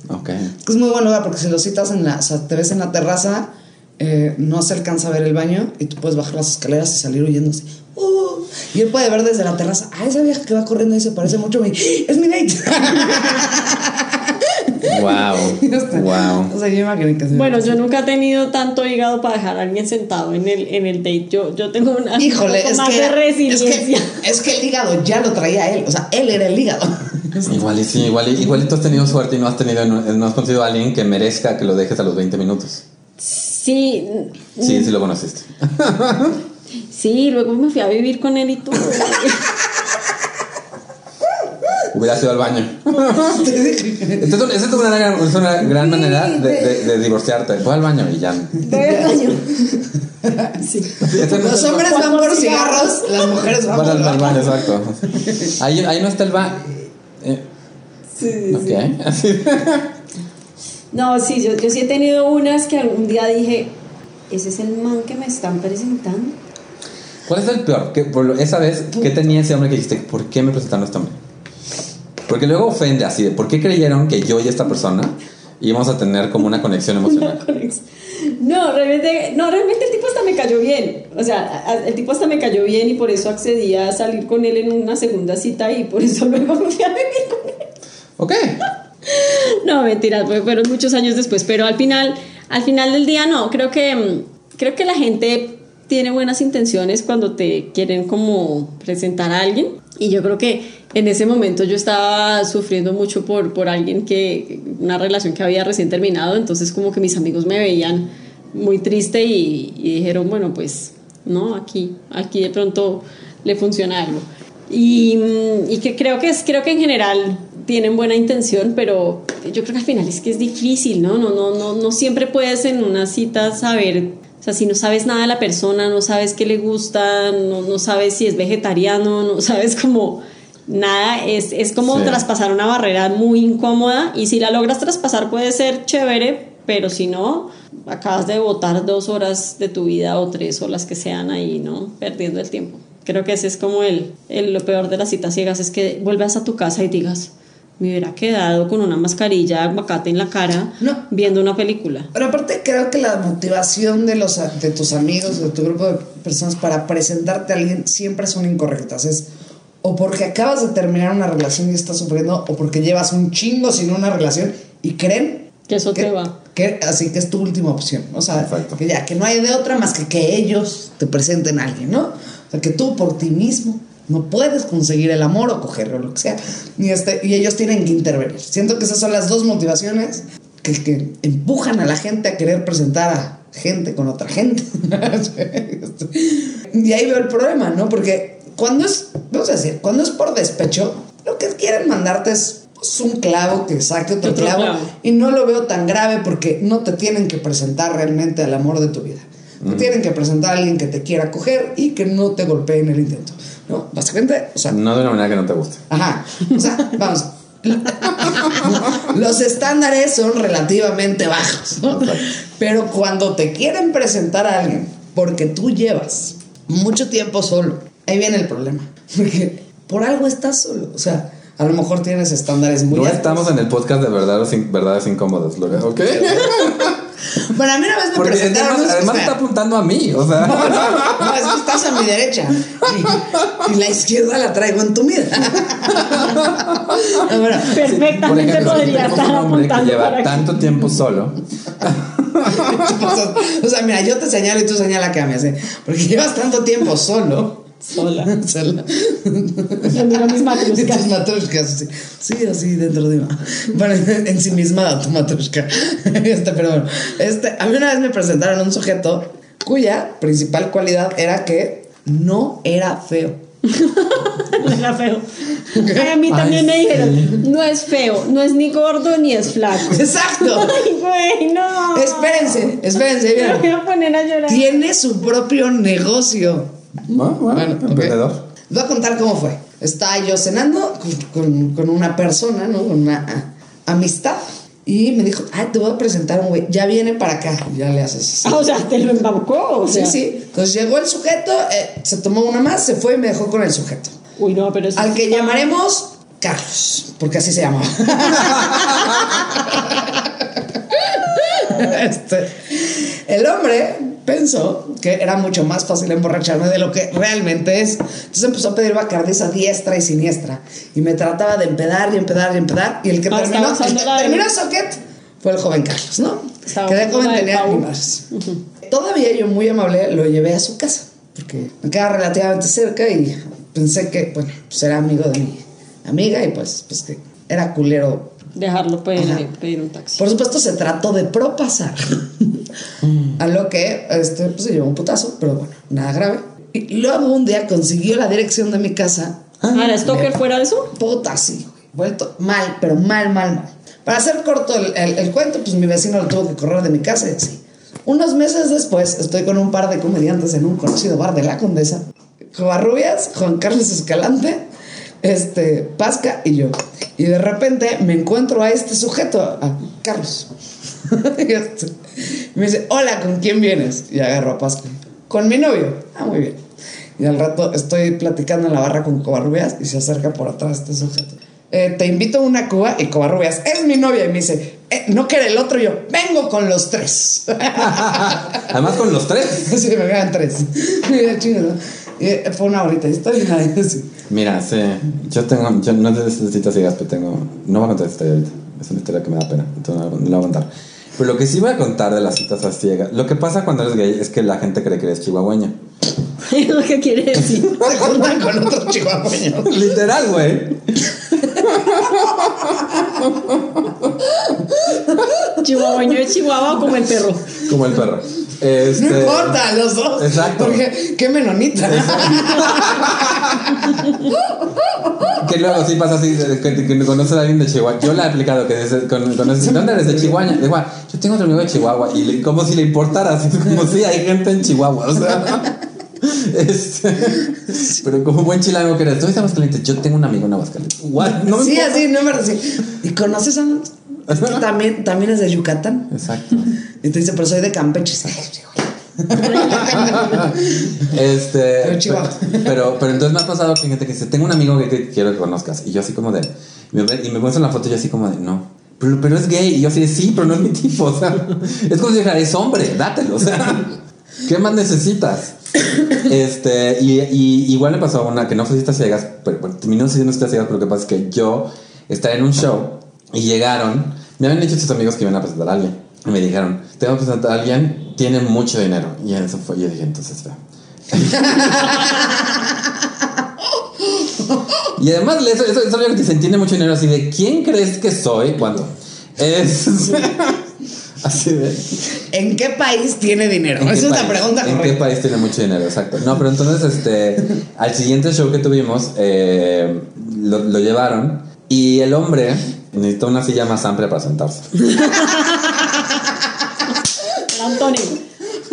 [SPEAKER 4] Ok.
[SPEAKER 3] Es que es muy buen lugar porque si lo citas en la. O sea, te ves en la terraza, eh, no se alcanza a ver el baño y tú puedes bajar las escaleras y salir huyendo así. ¡Uh! y él puede ver desde la terraza. Ah, esa vieja que va corriendo ahí se parece mucho a mí. ¡Es mi date! Ya está.
[SPEAKER 4] Wow. wow.
[SPEAKER 3] O sea, yo imaginé que se
[SPEAKER 2] Bueno, yo nunca he tenido tanto hígado para dejar a alguien sentado en el, en el date. Yo, yo tengo una un
[SPEAKER 3] Híjole,
[SPEAKER 2] poco
[SPEAKER 3] es
[SPEAKER 2] más
[SPEAKER 3] que,
[SPEAKER 2] de
[SPEAKER 3] es,
[SPEAKER 2] resiliencia.
[SPEAKER 3] que, [laughs] es que el hígado ya lo traía él. O sea, él era el hígado.
[SPEAKER 4] Igual y sí, igual y, igual y tú has tenido suerte y no has tenido no has conseguido a alguien que merezca que lo dejes a los 20 minutos.
[SPEAKER 2] Sí,
[SPEAKER 4] Sí, sí lo conociste.
[SPEAKER 2] sí, luego me fui a vivir con él y [laughs] todo.
[SPEAKER 4] Hubiera sido al baño.
[SPEAKER 3] Te dije.
[SPEAKER 4] Entonces, esa es una gran, es una gran manera de, de- de divorciarte. Voy al baño y ya.
[SPEAKER 2] Voy al baño. [laughs] Sí.
[SPEAKER 4] Ese no es
[SPEAKER 3] Los
[SPEAKER 4] el
[SPEAKER 3] hombres van por cigarros, las mujeres
[SPEAKER 4] ba-
[SPEAKER 3] van
[SPEAKER 4] Van
[SPEAKER 3] por
[SPEAKER 4] al, al
[SPEAKER 3] baño.
[SPEAKER 4] baño, exacto. Ahí, ahí no está el baño.
[SPEAKER 2] Sí, sí.
[SPEAKER 4] ok. Así.
[SPEAKER 2] No, sí, yo, yo sí he tenido unas que algún día dije, ese es el man que me están presentando. [laughs]
[SPEAKER 4] ¿Cuál es el peor? Que por lo- esa vez, ¿qué tenía ese hombre que dijiste? ¿Por qué me presentaron a este hombre? Porque luego ofende así de, ¿por qué creyeron que yo y esta persona íbamos a tener como una
[SPEAKER 2] [laughs]
[SPEAKER 4] conexión emocional?
[SPEAKER 2] con ex. No, realmente, no, realmente el tipo hasta me cayó bien. O sea, a- a- el tipo hasta me cayó bien y por eso accedí a salir con él en una segunda cita y por eso [laughs] luego me fui a vivir con él.
[SPEAKER 4] Ok.
[SPEAKER 2] [laughs] No, mentiras, fue- fueron muchos años después, pero al final, al final del día no, creo que, mm, creo que la gente tiene buenas intenciones cuando te quieren como presentar a alguien y yo creo que en ese momento yo estaba sufriendo mucho por, por alguien que, una relación que había recién terminado, entonces como que mis amigos me veían muy triste y, y dijeron, bueno, pues no, aquí, aquí de pronto le funciona algo. Y, mm, y que creo que es, creo que en general tienen buena intención, pero yo creo que al final es que es difícil, ¿no? No, no, no, no siempre puedes en una cita saber, o sea, si no sabes nada de la persona, no sabes qué le gusta, no, no sabes si es vegetariano, no sabes cómo nada, es, es como
[SPEAKER 4] Sí.
[SPEAKER 2] traspasar una barrera muy incómoda y si la logras traspasar puede ser chévere, pero si no, acabas de botar dos horas de tu vida o tres o las que sean ahí, ¿no? Perdiendo el tiempo. Creo que ese es como el, el- lo peor de las citas ciegas, es que vuelvas a tu casa y digas, me hubiera quedado con una mascarilla de aguacate en la cara
[SPEAKER 3] No.
[SPEAKER 2] viendo una película.
[SPEAKER 3] Pero aparte creo que la motivación de los de tus amigos, de tu grupo de personas para presentarte a alguien siempre son incorrectas. Es o porque acabas de terminar una relación y estás sufriendo, o porque llevas un chingo sin una relación y creen
[SPEAKER 2] Que eso
[SPEAKER 3] que,
[SPEAKER 2] te va.
[SPEAKER 3] que- así que es tu última opción. O sea,
[SPEAKER 4] Exacto.
[SPEAKER 3] que ya que no hay de otra más que que ellos te presenten a alguien, ¿no? O sea, que tú por ti mismo no puedes conseguir el amor o cogerlo o lo que sea. Y, este, y ellos tienen que intervenir. Siento que esas son las dos motivaciones que, que empujan a la gente a querer presentar a gente con otra gente. [laughs] y ahí veo el problema, ¿no? Porque cuando es, vamos a decir, cuando es por despecho, lo que quieren mandarte es pues, un clavo que saque otro,
[SPEAKER 2] Otro
[SPEAKER 3] clavo,
[SPEAKER 2] clavo.
[SPEAKER 3] y no lo veo tan grave porque no te tienen que presentar realmente al amor de tu vida. Te tienen que presentar a alguien que te quiera coger y que no te golpee en el intento. ¿No? Básicamente, o sea,
[SPEAKER 4] No de una manera que no te guste.
[SPEAKER 3] ajá. O sea,
[SPEAKER 4] [laughs]
[SPEAKER 3] vamos. Los estándares son relativamente bajos. ¿no?
[SPEAKER 4] Exacto.
[SPEAKER 3] Pero cuando te quieren presentar a alguien porque tú llevas mucho tiempo solo, ahí viene el problema. Porque por algo estás solo. O sea, A lo mejor tienes estándares muy
[SPEAKER 4] no
[SPEAKER 3] altos.
[SPEAKER 4] estamos en el podcast de verdades, in- verdades incómodas, Lore, ¿ok?
[SPEAKER 3] Bueno, a mí una vez me
[SPEAKER 4] Porque
[SPEAKER 3] presentaron.
[SPEAKER 4] además,
[SPEAKER 3] unos-
[SPEAKER 4] además está apuntando a mí, o sea.
[SPEAKER 3] No, es que estás a mi derecha. Y, y la izquierda la traigo en tu vida. No, bueno,
[SPEAKER 4] Por
[SPEAKER 5] Perfectamente
[SPEAKER 4] ejemplo,
[SPEAKER 5] podría
[SPEAKER 4] tenemos un
[SPEAKER 5] estar
[SPEAKER 4] hombre que
[SPEAKER 5] apuntando
[SPEAKER 4] lleva
[SPEAKER 5] para aquí.
[SPEAKER 4] tanto
[SPEAKER 5] [laughs]
[SPEAKER 4] tiempo solo.
[SPEAKER 3] o sea, mira, yo te señalo y tú señala que ames, ¿eh? Porque llevas tanto tiempo solo.
[SPEAKER 2] Sola.
[SPEAKER 3] Sola.
[SPEAKER 5] Haciendo mis
[SPEAKER 3] [laughs]
[SPEAKER 5] matruscas.
[SPEAKER 3] Tus matruscas, sí. Sí, así dentro de una. Bueno, ensimismada tu matrushka. Este, pero bueno. Este, a mí una vez me presentaron un sujeto cuya principal cualidad era que no era feo.
[SPEAKER 5] [laughs] No era feo. Ay, a mí también me dijeron, no es feo, no es ni gordo ni es
[SPEAKER 2] [laughs]
[SPEAKER 5] flaco.
[SPEAKER 3] ¡Exacto!
[SPEAKER 5] Ay, güey, no.
[SPEAKER 3] Espérense, espérense,
[SPEAKER 5] Me voy
[SPEAKER 3] bien.
[SPEAKER 5] a poner a llorar.
[SPEAKER 2] [laughs]
[SPEAKER 3] Tiene su propio negocio.
[SPEAKER 4] ¿No? Bueno,
[SPEAKER 3] ok.
[SPEAKER 4] emprendedor.
[SPEAKER 3] Les Voy a contar cómo fue. Estaba yo cenando con, con- con una persona, ¿no? Con una ah, amistad. Y me dijo, ay, te voy a presentar un güey. Ya viene para acá. Ya le haces.
[SPEAKER 5] Ah, o sea, te lo embaucó. o
[SPEAKER 3] Sí,
[SPEAKER 5] sea.
[SPEAKER 3] sí. Entonces llegó el sujeto, eh, se tomó una más, se fue y me dejó con el sujeto.
[SPEAKER 5] Uy, no, pero es.
[SPEAKER 3] Al que llamaremos Carlos, porque así
[SPEAKER 5] [laughs]
[SPEAKER 3] se llamaba. Este, el hombre pensó que era mucho más fácil emborracharme de lo que realmente es. Entonces empezó a pedir bacardis a diestra y siniestra. Y me trataba de empedar y empedar y empedar. Y el que
[SPEAKER 5] Ah, estaba
[SPEAKER 3] terminó, el
[SPEAKER 5] usando
[SPEAKER 3] que
[SPEAKER 5] la de-
[SPEAKER 3] terminó soquet fue el joven Carlos, ¿no?
[SPEAKER 5] Estaba
[SPEAKER 3] que de
[SPEAKER 5] usando
[SPEAKER 3] joven
[SPEAKER 5] la de
[SPEAKER 3] tenía
[SPEAKER 5] Paul.
[SPEAKER 3] animales. Todavía yo muy amable lo llevé a su casa, porque me quedaba relativamente cerca y pensé que, bueno, pues era amigo de mi amiga y pues, pues que era culero.
[SPEAKER 2] Dejarlo pedir,
[SPEAKER 3] Ajá.
[SPEAKER 2] pedir un taxi.
[SPEAKER 3] Por supuesto se trató de propasar, a lo que este, pues, se llevó un putazo, pero bueno, nada grave. Y luego un día consiguió la dirección de mi casa
[SPEAKER 2] Ahora, Ah, Stoker fuera de eso. [laughs]
[SPEAKER 3] puta, sí, güey. Vuelto mal, pero mal, mal, mal. Para hacer corto el, el- el cuento, pues mi vecino lo tuvo que correr de mi casa y así. Unos meses después, estoy con un par de comediantes en un conocido bar de la Condesa. Covarrubias, Juan Carlos Escalante, este, Pasca y yo. Y de repente me encuentro a este sujeto, a Carlos. [laughs] Y este, me dice, hola, ¿con quién vienes? Y agarro a Pascu. Con mi novio. Ah, muy bien. Y al rato estoy platicando en la barra con Covarrubias y se acerca por atrás este sujeto. "Eh, te invito a una cuba y Covarrubias es mi novia. Y me dice, "Eh, no quiere el otro. Y yo, vengo con los tres. [laughs]
[SPEAKER 4] Además con los tres.
[SPEAKER 3] Así me quedan tres. [laughs] Y yo, "Chinga, ¿no?". Y, eh, fue una horita de historia. y [laughs] así.
[SPEAKER 4] Mira, sí. Yo tengo, yo no necesito sigas, pero tengo. No voy a contar esta historia ahorita. Es una historia que me da pena. Entonces no, la- no la voy a contar. Pero lo que sí voy a contar de las citas a ciegas. Lo que pasa cuando eres gay es que la gente cree que eres chihuahueño.
[SPEAKER 2] Es lo que quiere decir.
[SPEAKER 3] Se juntan con otro chihuahueño.
[SPEAKER 4] [laughs] Literal, güey.
[SPEAKER 2] Chihuahueño de Chihuahua o como el
[SPEAKER 3] [laughs]
[SPEAKER 2] perro.
[SPEAKER 4] Como el perro. Este,
[SPEAKER 3] No importa, los dos.
[SPEAKER 4] Exacto.
[SPEAKER 3] Porque qué menonita.
[SPEAKER 4] Que luego sí pasa así, de- que, que conoces a alguien de Chihuahua. Yo la he aplicado, que dices, con, conoces, ¿dónde eres? De Chihuahua. De Chihuahua. Yo tengo otro amigo de Chihuahua. Y le- como si le importara, así como si hay gente en Chihuahua. O sea, [laughs] este, pero como buen chilango que eres, tú eres de Aguascalientes. Yo tengo un amigo en Aguascalientes. What? No me
[SPEAKER 3] sí,
[SPEAKER 4] importa.
[SPEAKER 3] así, no me recibe. ¿Y conoces a es que también, también es de Yucatán?
[SPEAKER 4] Exacto.
[SPEAKER 3] Y te dice, pero soy de Campeche.
[SPEAKER 4] Este.
[SPEAKER 3] Pero Chihuahua.
[SPEAKER 4] Pero, pero entonces me ha pasado que gente que dice, tengo un amigo que, que quiero que conozcas. Y yo así como de. y me ve- y me muestran la foto y yo así como de, no. Pero, pero es gay. Y yo así de, sí, pero no es mi tipo. [laughs] O sea, es como si dijera, es hombre, dátelo.
[SPEAKER 3] [laughs]
[SPEAKER 4] O sea, ¿qué más necesitas? Este, y, y igual me pasó a una que no fue citas ciegas, pero bueno, terminó siendo citas ciegas, pero lo que pasa es que yo estaba en un show y llegaron, me habían dicho sus amigos que iban a presentar a alguien. Y me dijeron, te voy a presentar a alguien, tiene mucho dinero. Y eso fue, yo dije, entonces, va. Y además, eso, eso, eso es lo que se entiende mucho dinero, así de quién crees que soy, cuánto. Es. [laughs] así de.
[SPEAKER 3] ¿En qué país tiene dinero?
[SPEAKER 4] ¿en qué
[SPEAKER 3] Esa es la
[SPEAKER 4] país-
[SPEAKER 3] pregunta
[SPEAKER 4] ¿En qué
[SPEAKER 3] correcta.
[SPEAKER 4] país tiene mucho dinero? Exacto. No, pero entonces, este. al siguiente show que tuvimos, eh, lo, lo llevaron y el hombre necesitó una silla más amplia para sentarse.
[SPEAKER 5] Era Antonio.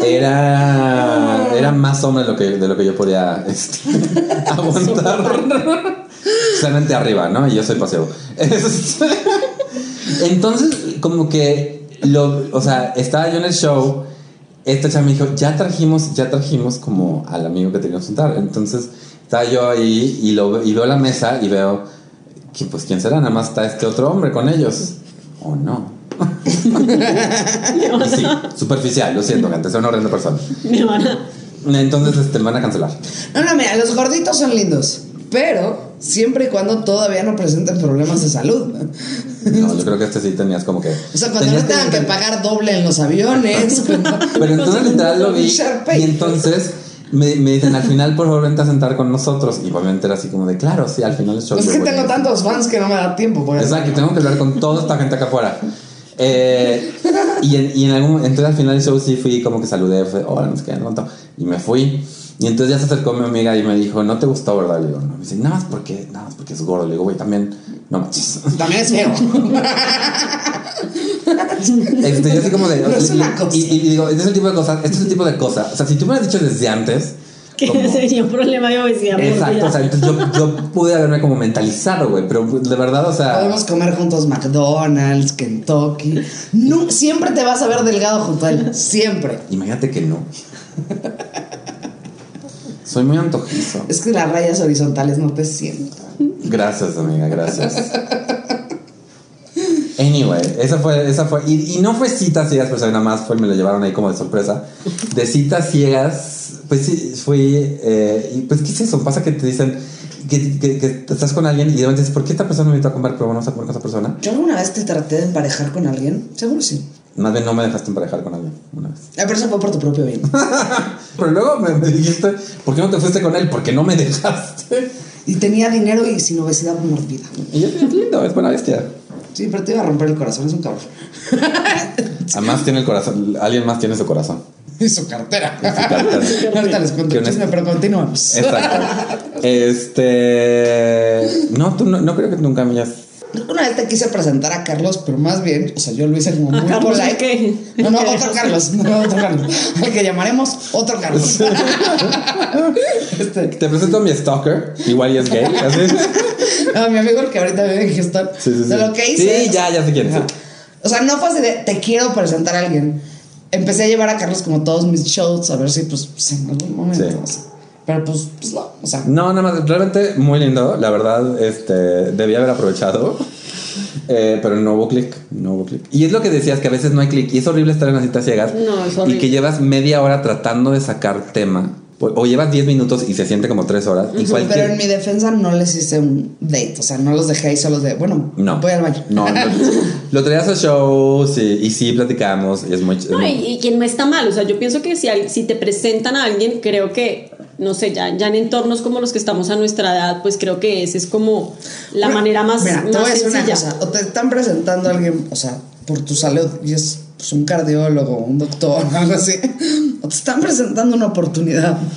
[SPEAKER 4] Era. Era más hombre de lo que, de lo que yo podía este, [laughs] aguantar. Solamente arriba, ¿no? Y yo soy paseo. Este, Entonces, como que. Lo, o sea, estaba yo en el show. Esta chava me dijo, ya trajimos, ya trajimos como al amigo que teníamos que sentar. Entonces, estaba yo ahí y, lo, ve- y veo la mesa y veo que pues quién será, nada más está este otro hombre con ellos. O no. Y sí, superficial, lo siento, gente, soy una horrenda persona.
[SPEAKER 2] Me van a.
[SPEAKER 4] Entonces este, me van
[SPEAKER 3] [laughs]
[SPEAKER 4] a cancelar.
[SPEAKER 3] No, no, mira, los gorditos son lindos, pero siempre y cuando todavía no presenten problemas de salud.
[SPEAKER 4] No, yo creo que este sí tenías como que.
[SPEAKER 3] O sea, cuando no tengan que pagar doble en los
[SPEAKER 4] [laughs]
[SPEAKER 3] aviones. cuando- [laughs]
[SPEAKER 4] Pero entonces literal lo vi.
[SPEAKER 3] Sharpay.
[SPEAKER 4] Y entonces me, me dicen, al final por favor vente a sentar con nosotros. Y obviamente era así como de, claro, sí, al final es show.
[SPEAKER 3] Pues
[SPEAKER 4] yo
[SPEAKER 3] es que
[SPEAKER 4] voy".
[SPEAKER 3] tengo tantos fans que no me da tiempo. Por eso.
[SPEAKER 4] Exacto, tengo que hablar con toda esta gente acá afuera. Eh, y, en, y en algún entonces al final del show sí fui como que saludé, fue, hola, no sé qué, no tanto", y me fui. Y entonces ya se acercó mi amiga y me dijo, no te gustó, ¿verdad? Le digo, no, me dice, nada más porque, nada más porque es gordo. Le digo, güey, también, no manches.
[SPEAKER 3] También es
[SPEAKER 4] [laughs]
[SPEAKER 3] feo.
[SPEAKER 4] Este, yo así como de.
[SPEAKER 3] No es una cosa.
[SPEAKER 4] Y, y digo, este es el tipo de cosas. Este es el tipo de cosas. O sea, si tú me lo has dicho desde antes.
[SPEAKER 2] Que
[SPEAKER 4] como-
[SPEAKER 2] sería un problema de obesidad. mórbida.
[SPEAKER 4] Exacto, o sea, entonces yo, yo pude haberme como mentalizado, güey, pero de verdad, o sea,
[SPEAKER 3] Podemos comer juntos McDonald's, Kentucky. No, siempre te vas a ver delgado junto a él. Siempre.
[SPEAKER 4] imagínate que no. Soy muy antojizo.
[SPEAKER 3] Es que las rayas horizontales no te sientan.
[SPEAKER 4] Gracias, amiga, gracias. Anyway, esa fue, esa fue, y, y no fue citas ciegas, pero nada más fue, me lo llevaron ahí como de sorpresa. De citas ciegas, pues sí, fui, eh, y pues, ¿qué es eso? Pasa que te dicen que, que- que estás con alguien y de repente dices, ¿por qué esta persona me invitó a comer, pero vamos a comer con esa persona?
[SPEAKER 3] ¿Yo alguna vez te traté de emparejar con alguien? Seguro sí.
[SPEAKER 4] Más bien no me dejaste emparejar con alguien una vez.
[SPEAKER 3] Ah, Pero eso fue por tu propio [laughs] bien.
[SPEAKER 4] Pero luego me, me dijiste, ¿por qué no te fuiste con él? Porque no me dejaste.
[SPEAKER 3] Y tenía dinero y sin obesidad mordida.
[SPEAKER 4] Y yo, es lindo, es buena bestia.
[SPEAKER 3] Sí, pero te iba a romper el corazón, es un cabrón.
[SPEAKER 4] Además tiene el corazón, alguien más tiene su corazón.
[SPEAKER 3] [laughs] Y su cartera.
[SPEAKER 4] cartera.
[SPEAKER 3] [laughs] Ahorita les cuento
[SPEAKER 4] Qué
[SPEAKER 3] el chisme,
[SPEAKER 4] honesto.
[SPEAKER 3] pero continuamos.
[SPEAKER 4] Exacto. Este. No, tú no, no creo que nunca me hayas.
[SPEAKER 3] Una vez te quise presentar a Carlos, pero más bien, o sea, yo lo hice como muy
[SPEAKER 2] Carlos
[SPEAKER 3] polite.
[SPEAKER 2] el que-
[SPEAKER 3] No,
[SPEAKER 2] el
[SPEAKER 3] no,
[SPEAKER 2] que
[SPEAKER 3] [laughs] otro
[SPEAKER 2] dejaste.
[SPEAKER 3] Carlos, no, otro Carlos. Al que llamaremos otro Carlos. [laughs] Este,
[SPEAKER 4] Te presento a mi stalker, igual y
[SPEAKER 3] [laughs]
[SPEAKER 4] es gay. Así.
[SPEAKER 3] a mi amigo el que ahorita vive en Houston.
[SPEAKER 4] Sí, sí, sí.
[SPEAKER 3] De lo que hice.
[SPEAKER 4] Sí, ya, ya sé quién es.
[SPEAKER 3] Ajá. O sea, no fue así de te quiero presentar a alguien. Empecé a llevar a Carlos como todos mis shows, a ver si, pues, pues, en algún momento.
[SPEAKER 4] Sí.
[SPEAKER 3] o sea. Pero pues, pues no, o sea.
[SPEAKER 4] No, nada más, realmente muy lindo. La verdad, este, debía haber aprovechado. Eh, pero no hubo clic, no hubo clic. Y es lo que decías, que a veces no hay clic. Y es horrible estar en las citas ciegas.
[SPEAKER 2] No, es
[SPEAKER 4] y
[SPEAKER 2] horrible.
[SPEAKER 4] que llevas media hora tratando de sacar tema. O, o llevas 10 minutos y se siente como 3 horas. Y cualquier...
[SPEAKER 3] Pero en mi defensa no les hice un date, o sea, no los dejé ahí solos de, bueno,
[SPEAKER 4] No.
[SPEAKER 3] voy al baño.
[SPEAKER 4] No, no. Lo traías a shows y, y sí platicamos. Y es muy. ch-
[SPEAKER 2] No, y, y quien no está mal, o sea, yo pienso que si, al- si te presentan a alguien, creo que, no sé, ya, ya en entornos como los que estamos a nuestra edad, pues creo que esa es como [laughs] la
[SPEAKER 3] Bueno,
[SPEAKER 2] manera más,
[SPEAKER 3] Mira,
[SPEAKER 2] más
[SPEAKER 3] te voy a decir una
[SPEAKER 2] sencilla.
[SPEAKER 3] cosa, o te están presentando a alguien, o sea, por tu salud, y es pues, un cardiólogo, un doctor, [laughs] algo así, o te están presentando una oportunidad. [laughs]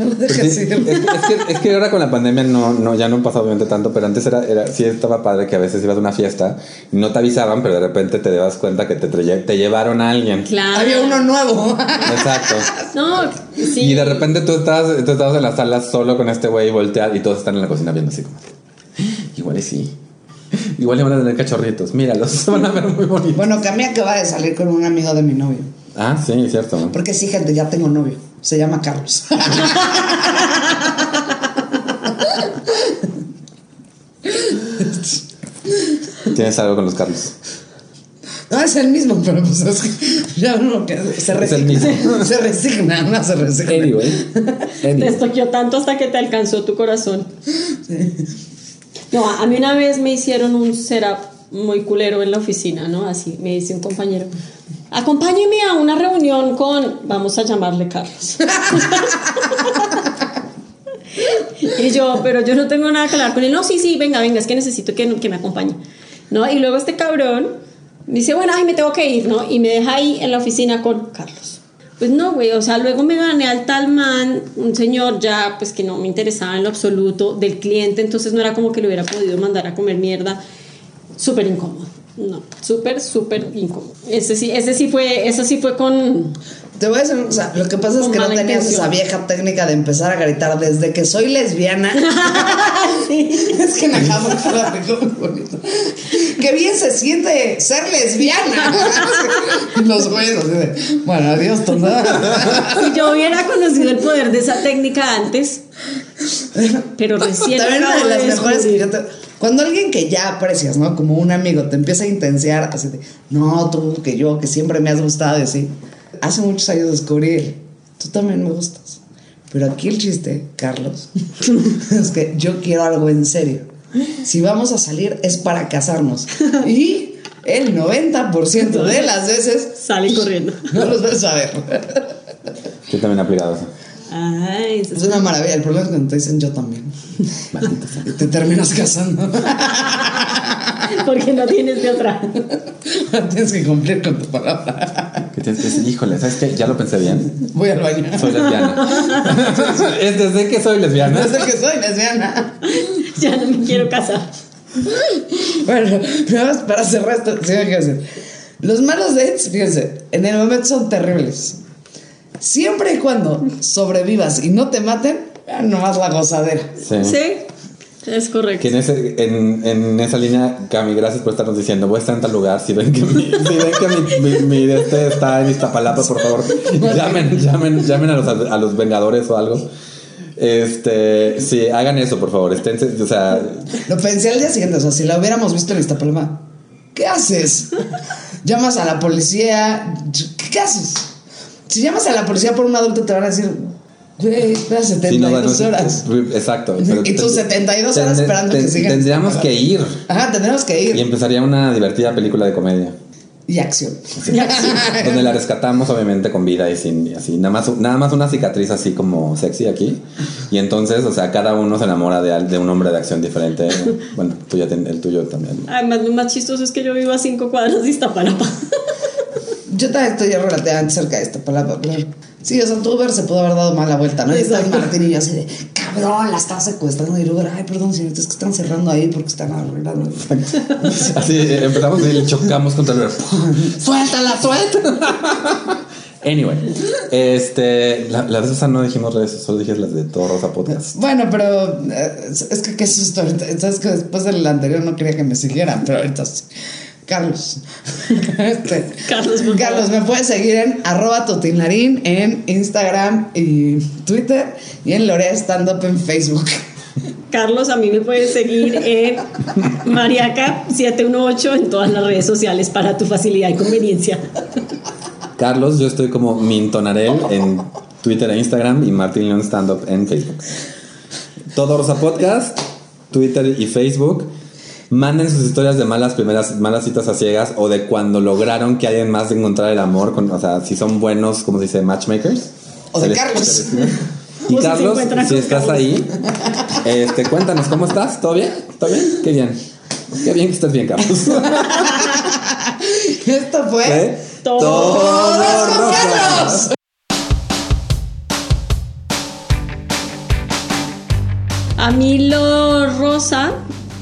[SPEAKER 3] No lo
[SPEAKER 4] Porque
[SPEAKER 3] dejes
[SPEAKER 4] es,
[SPEAKER 3] ir.
[SPEAKER 4] [laughs] es que, es que ahora con la pandemia no, no, ya no han pasado obviamente tanto, pero antes era, era, sí estaba padre que a veces ibas a una fiesta, no te avisaban, pero de repente te dabas cuenta que te, traye- te llevaron a alguien.
[SPEAKER 2] Claro.
[SPEAKER 3] Había uno nuevo.
[SPEAKER 4] Exacto.
[SPEAKER 2] No, sí.
[SPEAKER 4] Y de repente tú estabas, tú estabas en la sala solo con este güey y volteas y todos están en la cocina viendo así como. "Ah, Igual y sí. Igual le van a tener cachorritos. Míralos, [laughs] van a ver muy bonitos.
[SPEAKER 3] bueno, Cami acaba de salir con un amigo de mi novio,
[SPEAKER 4] Ah, sí, cierto.
[SPEAKER 3] porque sí, gente, ya tengo novio, se llama Carlos. [laughs]
[SPEAKER 4] Tienes algo con los Carlos.
[SPEAKER 3] No, es el mismo, pero pues es que [laughs] ya uno que se
[SPEAKER 4] Es el
[SPEAKER 3] resigna. [laughs]
[SPEAKER 4] mismo.
[SPEAKER 3] Se resigna, uno se resigna.
[SPEAKER 4] Anyway.
[SPEAKER 2] Te
[SPEAKER 4] Anyway.
[SPEAKER 2] estoqueó tanto hasta que te alcanzó tu corazón. No, a mí una vez me hicieron un setup muy culero en la oficina, ¿no? Así me dice un compañero, acompáñeme a una reunión con, vamos a llamarle Carlos. y yo, pero yo no tengo nada que hablar con él. No, sí, sí, venga, venga, es que necesito que, que me acompañe. ¿No? Y luego este cabrón dice, bueno, ay, me tengo que ir, ¿no? Y me deja ahí en la oficina con Carlos. Pues no, güey, o sea, luego me gané al tal man, un señor ya, pues que no me interesaba en lo absoluto, del cliente, entonces no era como que lo hubiera podido mandar a comer mierda. Súper incómodo. No, súper, súper incómodo. Ese sí, ese sí fue, eso sí fue con...
[SPEAKER 3] Te voy a decir, o sea, lo que pasa es
[SPEAKER 2] Con
[SPEAKER 3] que no
[SPEAKER 2] mala
[SPEAKER 3] tenías
[SPEAKER 2] intención.
[SPEAKER 3] esa vieja técnica de empezar a gritar desde que
[SPEAKER 2] [laughs]
[SPEAKER 3] soy lesbiana. es que me acabo de platicar muy bonito. Qué bien se siente ser lesbiana. [laughs] Y Los güeyes así de, bueno, adiós, tonta.
[SPEAKER 2] Si yo hubiera conocido el poder de esa técnica antes, pero recién...
[SPEAKER 3] También
[SPEAKER 2] lo
[SPEAKER 3] una de
[SPEAKER 2] acabo
[SPEAKER 3] las
[SPEAKER 2] de
[SPEAKER 3] mejores que
[SPEAKER 2] descubrir.
[SPEAKER 3] yo te- Cuando alguien que ya aprecias, ¿no? Como un amigo, te empieza a intensear, así de, no, tú que yo, que siempre me has gustado, y así. Hace muchos años descubrí, tú también me gustas. Pero aquí el chiste, Carlos, [laughs] es que yo quiero algo en serio. Si vamos a salir es para casarnos. Y el 90% de las veces
[SPEAKER 2] Sale corriendo.
[SPEAKER 3] no los ves saber.
[SPEAKER 4] Yo también he aplicado eso.
[SPEAKER 2] Ay,
[SPEAKER 3] Es una maravilla. El problema es cuando te dicen yo también. Y te terminas casando.
[SPEAKER 2] porque no tienes de otra. [laughs]
[SPEAKER 3] [laughs] Tienes que cumplir con tu palabra.
[SPEAKER 4] Que tienes que decir, híjole, ¿sabes qué? Ya lo pensé bien.
[SPEAKER 3] Voy al baño.
[SPEAKER 4] Soy lesbiana.
[SPEAKER 3] [laughs]
[SPEAKER 4] es desde que soy lesbiana.
[SPEAKER 3] Desde que soy lesbiana.
[SPEAKER 2] Ya no me quiero casar.
[SPEAKER 3] Bueno, nada más para cerrar esto, sí, hay que decir. Los malos dates, fíjense, en el momento son terribles. Siempre y cuando sobrevivas y no te maten, vean nomás la gozadera.
[SPEAKER 4] Sí.
[SPEAKER 2] Sí, es correcto.
[SPEAKER 4] Que en, ese- en- en esa línea, Cami, gracias por estarnos diciendo, voy a estar en tal lugar, si ven que mi, si ven que mi, mi- mi de este está en Iztapalapa, por favor, llamen, llamen, llamen a los, a los Vengadores o algo. Este, sí, hagan eso, por favor, esténse, o sea,
[SPEAKER 3] Lo pensé al día siguiente, o sea, si la hubiéramos visto en Iztapalapa, ¿qué haces? ¿Llamas a la policía? ¿Qué haces? Si llamas a la policía por un adulto te van a decir, güey, espera
[SPEAKER 4] si no pues, van a-
[SPEAKER 3] 72 horas.
[SPEAKER 4] Exacto.
[SPEAKER 3] Y tú 72 horas
[SPEAKER 4] tende-
[SPEAKER 3] esperando que
[SPEAKER 4] ten-
[SPEAKER 3] sigan.
[SPEAKER 4] Tendríamos que ir
[SPEAKER 3] Ajá, tendremos que
[SPEAKER 4] y
[SPEAKER 3] ir.
[SPEAKER 4] empezaría una divertida película de comedia.
[SPEAKER 3] Y acción.
[SPEAKER 4] Donde la rescatamos obviamente con vida y sin y así. Nada más, nada más una cicatriz así como sexy aquí. Y entonces, o sea, cada uno se enamora de, al- de un hombre de acción diferente. Bueno, tú ya ten- el tuyo también.
[SPEAKER 2] Además, lo más chistoso es que yo vivo a cinco cuadras de Iztapalapa. [laughs]
[SPEAKER 3] Yo también estoy relativamente cerca de Iztapalapa, claro. Sí, o sea, tu Uber se pudo haber dado mala vuelta, ¿no? Y está el Martín y yo así de, cabrón, la están secuestrando. Y el Uber, ay, perdón, señorita, es que están cerrando ahí porque están arreglando. [laughs]
[SPEAKER 4] Así eh, empezamos y le chocamos contra el ¡Suéltala, suéltala! Anyway, este, la, la vez esa no dijimos redes, solo dije las de Todo Rosa Podcast.
[SPEAKER 3] Bueno, pero eh, es es que qué susto. ahorita. Sabes que después del anterior no quería que me siguieran, pero ahorita sí. Carlos. [laughs] Este,
[SPEAKER 2] Carlos, por favor.
[SPEAKER 3] Carlos, me puedes seguir en arroba totinarín en Instagram y Twitter y en Lorea Stand Up en Facebook.
[SPEAKER 2] Carlos, a mí me puedes seguir en Mariaca718 en todas las redes sociales para tu facilidad y conveniencia.
[SPEAKER 4] Carlos, yo estoy como Mintonarel en Twitter e Instagram y Martín León Stand Up en Facebook. Todo Rosa Podcast, Twitter y Facebook. Manden sus historias de malas primeras malas citas a ciegas o de cuando lograron que alguien más encontrar el amor, con, o sea, si son buenos, como se dice, matchmakers.
[SPEAKER 3] O
[SPEAKER 4] Se
[SPEAKER 3] de
[SPEAKER 4] les-
[SPEAKER 3] Carlos.
[SPEAKER 4] se les-
[SPEAKER 2] [laughs]
[SPEAKER 4] Y
[SPEAKER 2] O si se
[SPEAKER 4] Carlos,
[SPEAKER 2] encuentran
[SPEAKER 4] si
[SPEAKER 2] con
[SPEAKER 4] estás
[SPEAKER 2] Carlos.
[SPEAKER 4] ahí, este, cuéntanos, ¿cómo estás? ¿Todo bien? ¿Todo bien? Qué bien. Qué bien que estás bien,
[SPEAKER 2] [laughs]
[SPEAKER 4] Carlos.
[SPEAKER 3] [laughs]
[SPEAKER 4] [laughs]
[SPEAKER 3] Esto fue.
[SPEAKER 4] ¿Eh?
[SPEAKER 2] Todo
[SPEAKER 4] Rosa.
[SPEAKER 2] A mí lo rosa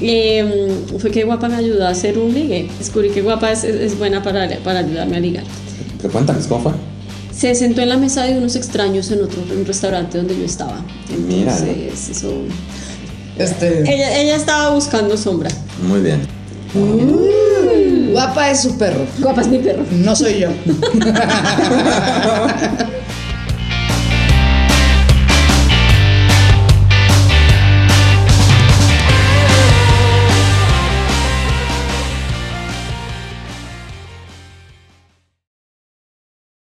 [SPEAKER 2] eh, fue que Guapa me ayudó a hacer un ligue. Descubrí que Guapa es, es- es buena para, para ayudarme a ligar.
[SPEAKER 4] Pero cuéntanos, ¿cómo fue?
[SPEAKER 2] Se sentó en la mesa de unos extraños en otro en un restaurante donde yo estaba.
[SPEAKER 4] Mira.
[SPEAKER 2] Entonces, eso.
[SPEAKER 3] Este,
[SPEAKER 2] Ella, ella estaba buscando sombra.
[SPEAKER 4] Muy bien.
[SPEAKER 3] guapa es su perro.
[SPEAKER 2] Guapa es mi perro.
[SPEAKER 3] No soy yo.